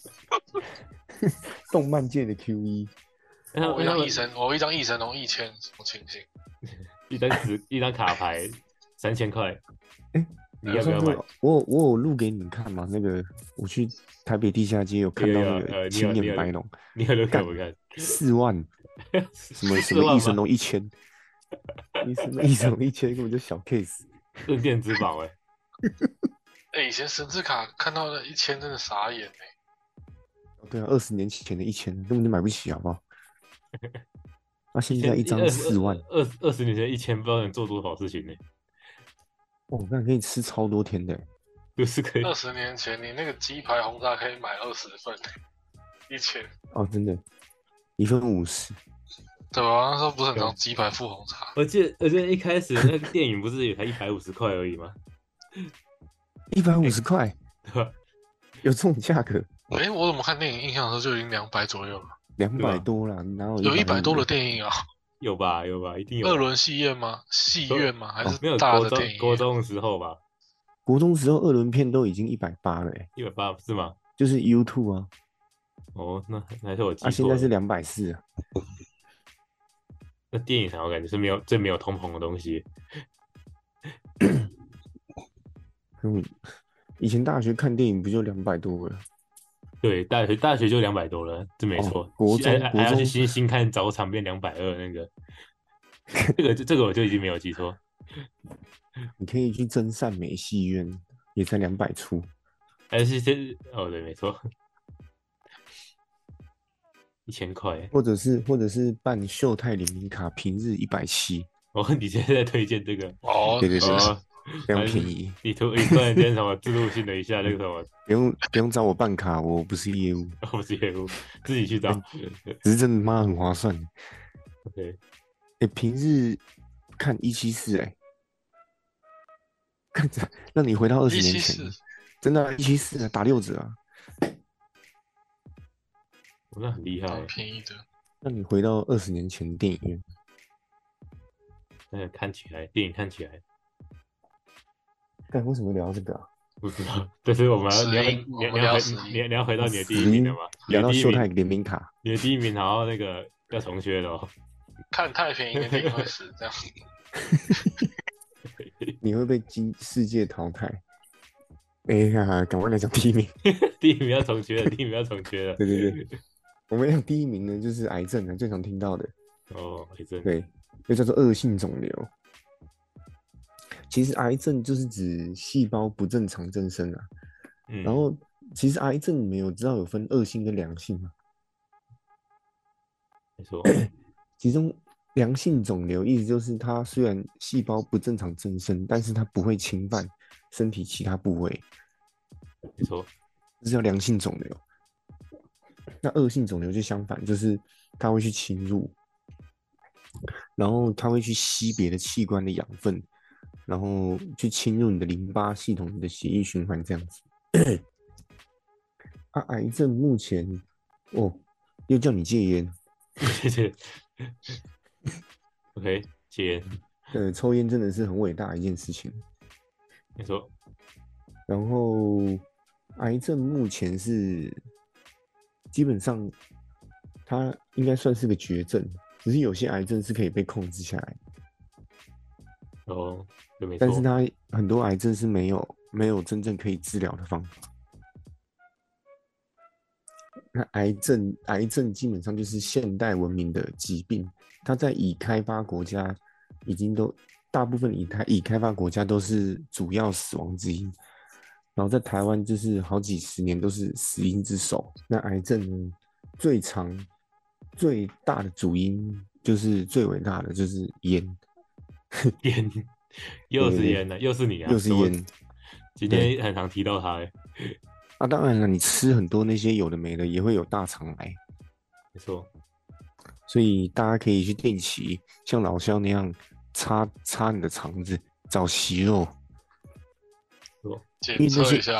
[SPEAKER 2] *laughs*
[SPEAKER 1] 动漫界的 Q E。
[SPEAKER 4] 那他
[SPEAKER 2] 我一
[SPEAKER 4] 那他
[SPEAKER 2] 张
[SPEAKER 4] 们
[SPEAKER 2] 益哦生，我一张益生龙一千，什么情形？
[SPEAKER 4] 一张纸一张卡牌三千
[SPEAKER 1] *laughs*
[SPEAKER 4] 块，
[SPEAKER 1] 哎
[SPEAKER 4] 你
[SPEAKER 1] 我
[SPEAKER 4] 要不
[SPEAKER 1] 上
[SPEAKER 4] 要
[SPEAKER 1] 次
[SPEAKER 4] 买？
[SPEAKER 1] 有我有我有录给你们看吗？那个我去台北地下街有看
[SPEAKER 4] 有
[SPEAKER 1] 到
[SPEAKER 4] 有
[SPEAKER 1] 那
[SPEAKER 4] 有呃
[SPEAKER 1] 个
[SPEAKER 4] 你有
[SPEAKER 1] 青
[SPEAKER 4] 你
[SPEAKER 1] 眼
[SPEAKER 4] 有
[SPEAKER 1] 白龙
[SPEAKER 4] 你要留给
[SPEAKER 1] 干
[SPEAKER 4] 我看，
[SPEAKER 1] 四万，什
[SPEAKER 4] *laughs*
[SPEAKER 1] 么什
[SPEAKER 4] 四
[SPEAKER 1] 么
[SPEAKER 4] 万
[SPEAKER 1] 一
[SPEAKER 4] 吧
[SPEAKER 1] 神龙一千，一神龙一神龙一千根本就小 case。
[SPEAKER 4] 这是电子版哎，
[SPEAKER 2] 哎、以前神之卡看到了一千，真的傻眼 *laughs* 哎、
[SPEAKER 1] 对啊，二十年前的一千根本就买不起，好不好？那、现
[SPEAKER 4] 一
[SPEAKER 1] 在
[SPEAKER 4] *laughs* 千
[SPEAKER 1] 一张四万，，
[SPEAKER 4] 二二二十年前一千，不知道能做多少事情呢，
[SPEAKER 1] 哦，那可以吃超多天的。
[SPEAKER 4] 就是可以
[SPEAKER 2] 二十年前你那个鸡排红茶可以买二十份、 *laughs* 一千，
[SPEAKER 1] 哦，真的，一份五十。
[SPEAKER 2] 对吧？那时候不是很常鸡排附红茶，
[SPEAKER 4] 我记得，我记得一开始那个电影不是也才一百五十块而已吗？
[SPEAKER 1] 一百五十块，
[SPEAKER 4] *laughs* 对啊吧？
[SPEAKER 1] 有这种价格？
[SPEAKER 2] 哎、我怎么看电影印象的时候就已经两百左右了，
[SPEAKER 1] 两
[SPEAKER 4] 对
[SPEAKER 1] 百
[SPEAKER 4] 啊
[SPEAKER 1] 哦多啦，哪有
[SPEAKER 2] 有一百多的
[SPEAKER 1] 的？
[SPEAKER 2] 电影啊？
[SPEAKER 4] 有吧，有吧，一定有吧。
[SPEAKER 2] 二轮戏院吗？戏院吗？还
[SPEAKER 1] 哦
[SPEAKER 2] 是
[SPEAKER 4] 没有
[SPEAKER 2] 大
[SPEAKER 4] 国
[SPEAKER 2] 的
[SPEAKER 4] 中
[SPEAKER 2] 电影
[SPEAKER 4] 国
[SPEAKER 2] 院？
[SPEAKER 4] 中的时候吧，
[SPEAKER 1] 国中时候二轮片都已经一百八了、欸，
[SPEAKER 4] 一百八是吗？
[SPEAKER 1] 就是 U two 啊，
[SPEAKER 4] 哦，那那还是我记
[SPEAKER 1] 啊，现
[SPEAKER 4] 错
[SPEAKER 1] 在
[SPEAKER 4] 了。
[SPEAKER 1] 是两百四啊。
[SPEAKER 4] 那电影场我感觉是没有最没有通膨的东西。
[SPEAKER 1] 嗯，以前大学看电影不就两百多了？
[SPEAKER 4] 对，大学大学就两百多了，这没
[SPEAKER 1] 哦
[SPEAKER 4] 错。
[SPEAKER 1] 国
[SPEAKER 4] 还
[SPEAKER 1] 中
[SPEAKER 4] 还
[SPEAKER 1] 国
[SPEAKER 4] 还要去
[SPEAKER 1] 中
[SPEAKER 4] 新新看早场变两百二那
[SPEAKER 1] *laughs*
[SPEAKER 4] 个，这个这个我就已经没有记错。
[SPEAKER 1] 你可以去真善美戏院，也才两百出。
[SPEAKER 4] 还是先哦，对，没错，一千块。
[SPEAKER 1] 或者是或者是办秀泰联名卡，平日一百七，
[SPEAKER 4] 哦，你现在在推荐这个？
[SPEAKER 2] 哦，
[SPEAKER 1] 对对对
[SPEAKER 4] 哦，
[SPEAKER 1] 非常便宜，
[SPEAKER 4] 你突你突然间什么自录性的一下那个什么， *laughs*
[SPEAKER 1] 不用不用找我办卡，我不是业务，
[SPEAKER 4] 我自己自己去找。
[SPEAKER 1] 只是真的妈很划算。
[SPEAKER 4] OK，
[SPEAKER 1] 哎、平日看一七四，哎，看着让你回到二十
[SPEAKER 2] 一
[SPEAKER 1] 年
[SPEAKER 2] 七
[SPEAKER 1] 前
[SPEAKER 2] 四，，
[SPEAKER 1] 真的一七四啊，打六折啊，
[SPEAKER 4] 哦那很厉害
[SPEAKER 2] 蛮
[SPEAKER 4] 欸，
[SPEAKER 2] 便宜的。
[SPEAKER 1] 让你回到二十年前的电影院。
[SPEAKER 4] 那个看起来电影看起来
[SPEAKER 1] 但为什么聊这个啊？
[SPEAKER 4] 不知道，但是我们要
[SPEAKER 2] 死
[SPEAKER 4] 你要
[SPEAKER 2] 因
[SPEAKER 4] 你要
[SPEAKER 2] 我
[SPEAKER 4] 你
[SPEAKER 2] 聊
[SPEAKER 4] 要回
[SPEAKER 2] 死因
[SPEAKER 4] 你要你要回到你的第
[SPEAKER 1] 死
[SPEAKER 4] 一名
[SPEAKER 1] 因
[SPEAKER 4] 了吗？你
[SPEAKER 1] 聊
[SPEAKER 4] 的
[SPEAKER 1] 到
[SPEAKER 4] 第一
[SPEAKER 1] 秀泰
[SPEAKER 4] 名，
[SPEAKER 1] 联名卡，
[SPEAKER 4] 你的第一名，然后那个要重缺了哦。
[SPEAKER 2] 看太便宜的电影会
[SPEAKER 1] *laughs*
[SPEAKER 2] 死，这样
[SPEAKER 1] 你会被金世界淘汰。哎、呀，赶快来讲第一名。
[SPEAKER 4] 第一名要重缺了，第一名要重缺了。
[SPEAKER 1] 对对对，我们讲第一名呢，就是癌症啊，最常听到的。
[SPEAKER 4] 哦，还真
[SPEAKER 1] 对，又叫做恶性肿瘤。其实癌症就是指细胞不正常增生啊。
[SPEAKER 4] 嗯，
[SPEAKER 1] 然后，其实癌症你们有知道有分恶性跟良性吗？
[SPEAKER 4] 没错，
[SPEAKER 1] 其中良性肿瘤意思就是它虽然细胞不正常增生，但是它不会侵犯身体其他部位，
[SPEAKER 4] 没错， *laughs*
[SPEAKER 1] 这叫良性肿瘤。那恶性肿瘤就相反，就是它会去侵入，然后它会去吸别的器官的养分，然后去侵入你的淋巴系统、你的血液循环这样子。啊，癌症目前哦，又叫你戒烟，
[SPEAKER 4] 谢谢。OK，戒烟，
[SPEAKER 1] 呃，抽烟真的是很伟大的一件事情。
[SPEAKER 4] 没错，
[SPEAKER 1] 然后，癌症目前是基本上它应该算是个绝症，只是有些癌症是可以被控制下来，
[SPEAKER 4] 哦，对，没错
[SPEAKER 1] 但是，它很多癌症是没有没有真正可以治疗的方法。那癌症，癌症基本上就是现代文明的疾病，它在已开发国家已经都大部分已开已开发国家都是主要死亡之一，然后在台湾就是好几十年都是死因之首。那癌症呢，最长最大的主因就是最伟大的就是烟，
[SPEAKER 4] 烟，又
[SPEAKER 1] 对
[SPEAKER 4] 是
[SPEAKER 1] 对
[SPEAKER 4] 烟了，又是你啊，
[SPEAKER 1] 又是
[SPEAKER 4] 怎么
[SPEAKER 1] 烟。
[SPEAKER 4] 今
[SPEAKER 1] 对
[SPEAKER 4] 天很常提到他欸，
[SPEAKER 1] 啊，当然了，你吃很多那些有的没的，也会有大肠癌。
[SPEAKER 4] 没错，
[SPEAKER 1] 所以大家可以去定期像老肖那样擦擦你的肠子，找息肉。因
[SPEAKER 2] 检
[SPEAKER 1] 为那
[SPEAKER 2] 测
[SPEAKER 1] 是
[SPEAKER 2] 一下。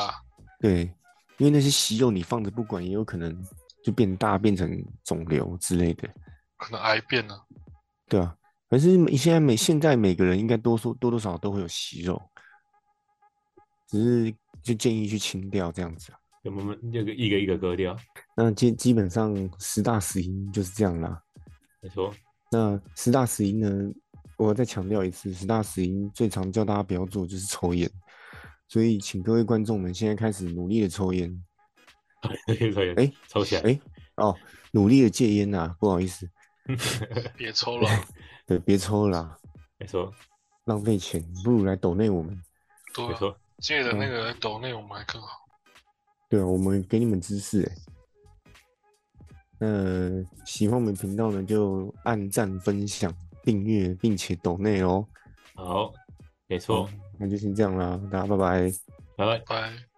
[SPEAKER 1] 对，因为那些息肉你放着不管，也有可能就变大，变成肿瘤之类的。
[SPEAKER 2] 可能癌变呢、
[SPEAKER 1] 对啊，可是每现在每现在每个人应该多数多多少少都会有息肉，只是就建议去清掉这样子啊。
[SPEAKER 4] 我们那个一个一个割掉，
[SPEAKER 1] 那基基本上十大死因就是这样啦。
[SPEAKER 4] 没错， *laughs*
[SPEAKER 1] 那十大死因呢，我再强调一次，十大死因最常叫大家不要做的就是抽烟，所以请各位观众们现在开始努力的抽烟，哎
[SPEAKER 4] 哎，抽起来，
[SPEAKER 1] 哎、哦，努力的戒烟呐、不好意思，
[SPEAKER 2] 别抽
[SPEAKER 1] *laughs*
[SPEAKER 2] 了，
[SPEAKER 1] 对，别抽了啦，
[SPEAKER 4] 没错，
[SPEAKER 1] 浪费钱，不如来抖内我们。
[SPEAKER 2] 对
[SPEAKER 4] 没
[SPEAKER 2] 啊，
[SPEAKER 4] 错，
[SPEAKER 2] 借的那个抖内我们还更好，
[SPEAKER 1] 对啊，我们给你们知识哎。那喜欢我们频道呢，就按赞、分享、订阅，并且抖内哦。
[SPEAKER 4] 好，没错，
[SPEAKER 1] 那就先这样啦，大家拜拜。
[SPEAKER 4] 拜拜。
[SPEAKER 2] 拜。